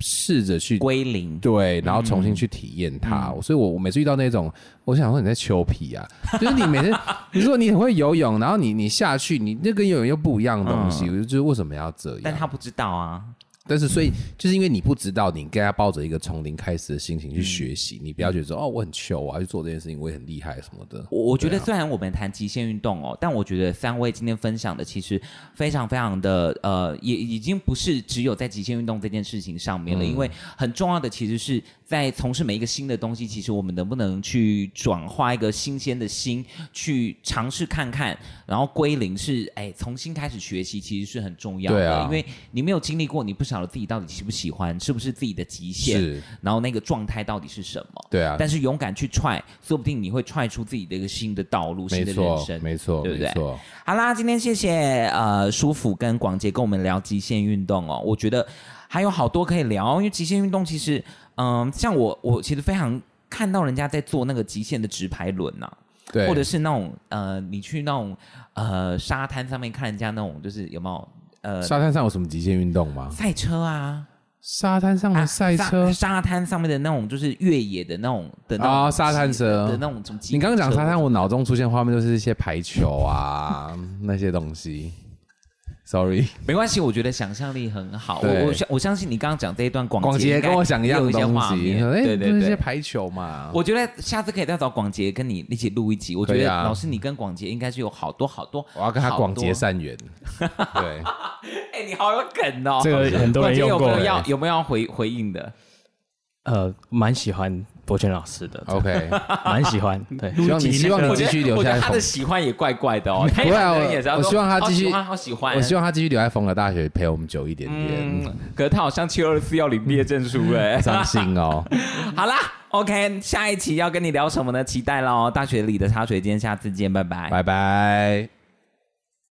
C: 试着去
B: 归零，
C: 对，然后重新去体验它。
B: 嗯
C: 所以我我每次遇到那种，我想说你在求皮啊，就是你 每次你说你很会游泳，然后你你下去，你那跟游泳又不一样的东西，我就觉得为什么要这样？
B: 嗯但他不知道啊。
C: 但是所以就是因为你不知道，你应该要抱着一个从零开始的心情去学习，
B: 嗯
C: 你不要觉得说哦我很糗啊，去做这件事情我也很厉害什么的。
B: 我我觉得虽然我们谈极限运动哦，但我觉得三位今天分享的其实非常非常的呃，也已经不是只有在极限运动这件事情上面了，
C: 嗯
B: 因为很重要的其实是在从事每一个新的东西，其实我们能不能去转化一个新鲜的心，去尝试看看，然后归零是哎从新开始学习，其实是很重要
C: 对
B: 的，
C: 啊
B: 因为你没有经历过，你不晓得自己到底喜不喜欢，是不是自己的极限，
C: 是，
B: 然后那个状态到底是什么。
C: 对啊，
B: 但是勇敢去踹，说不定你会踹出自己的一个新的道路、新
C: 没
B: 的人
C: 错，
B: 生。
C: 没错，
B: 对不
C: 没
B: 对
C: 错。
B: 好啦，今天谢谢呃舒服跟广杰跟我们聊极限运动哦，我觉得还有好多可以聊，因为极限运动其实，嗯、像我我其实非常看到人家在做那个极限的直排轮呐、
C: 对，
B: 或者是那种呃你去那种呃沙滩上面看人家那种就是有没有呃
C: 沙滩上有什么极限运动吗？
B: 赛车啊。
C: 沙滩上的嗯赛车
B: 沙，沙滩上面的那种，就是越野的那种的那种
C: 啊沙滩车
B: 的那种什么机车？
C: 你刚刚讲沙滩，我脑中出现画面就是一些排球 啊那些东西。Sorry，
B: 没关系，我觉得想象力很好。
C: 对
B: 我我相我相信你刚刚讲这一段广
C: 广杰
B: 杰
C: 跟我想一样
B: 有
C: 的
B: 一些
C: 东
B: 画
C: 西，
B: 面
C: 哎，
B: 对
C: 就是
B: 对
C: 一些
B: 对。
C: 排球嘛。
B: 我觉得下次可以再找广杰跟你一起录一集。我觉
C: 可以
B: 得
C: 啊
B: 老师你跟广杰应该是有好多好多，
C: 我要跟他
B: 好
C: 广
B: 多
C: 结。善缘。对，
B: 哎，你好有梗哦！
E: 这个很多人用过
B: 广
C: 哎
B: 杰有没有要有没有要回回应的？
E: 呃，蛮喜欢博泉老师的，
C: OK，
E: 蛮喜欢，对，
C: 希望你希望你
B: 我觉
C: 继
B: 得
C: 续留
B: 我觉
C: 下来
B: 得他
C: 缝
B: 的。喜欢也怪怪的哦。他
C: 不会啊
B: 可能也是要
C: 我
B: 说
C: 我希望他
B: 好
C: 继续
B: 喜欢好喜欢。
C: 我希望他继续留在冯德大学陪我们久一点点，
B: 嗯，可是他好像七二四要领毕业证书 哎。
C: 伤心哦。
B: 好啦，OK，下一期要跟你聊什么呢？期待喽！大学里的茶水间，下次见，拜拜。
C: 拜拜。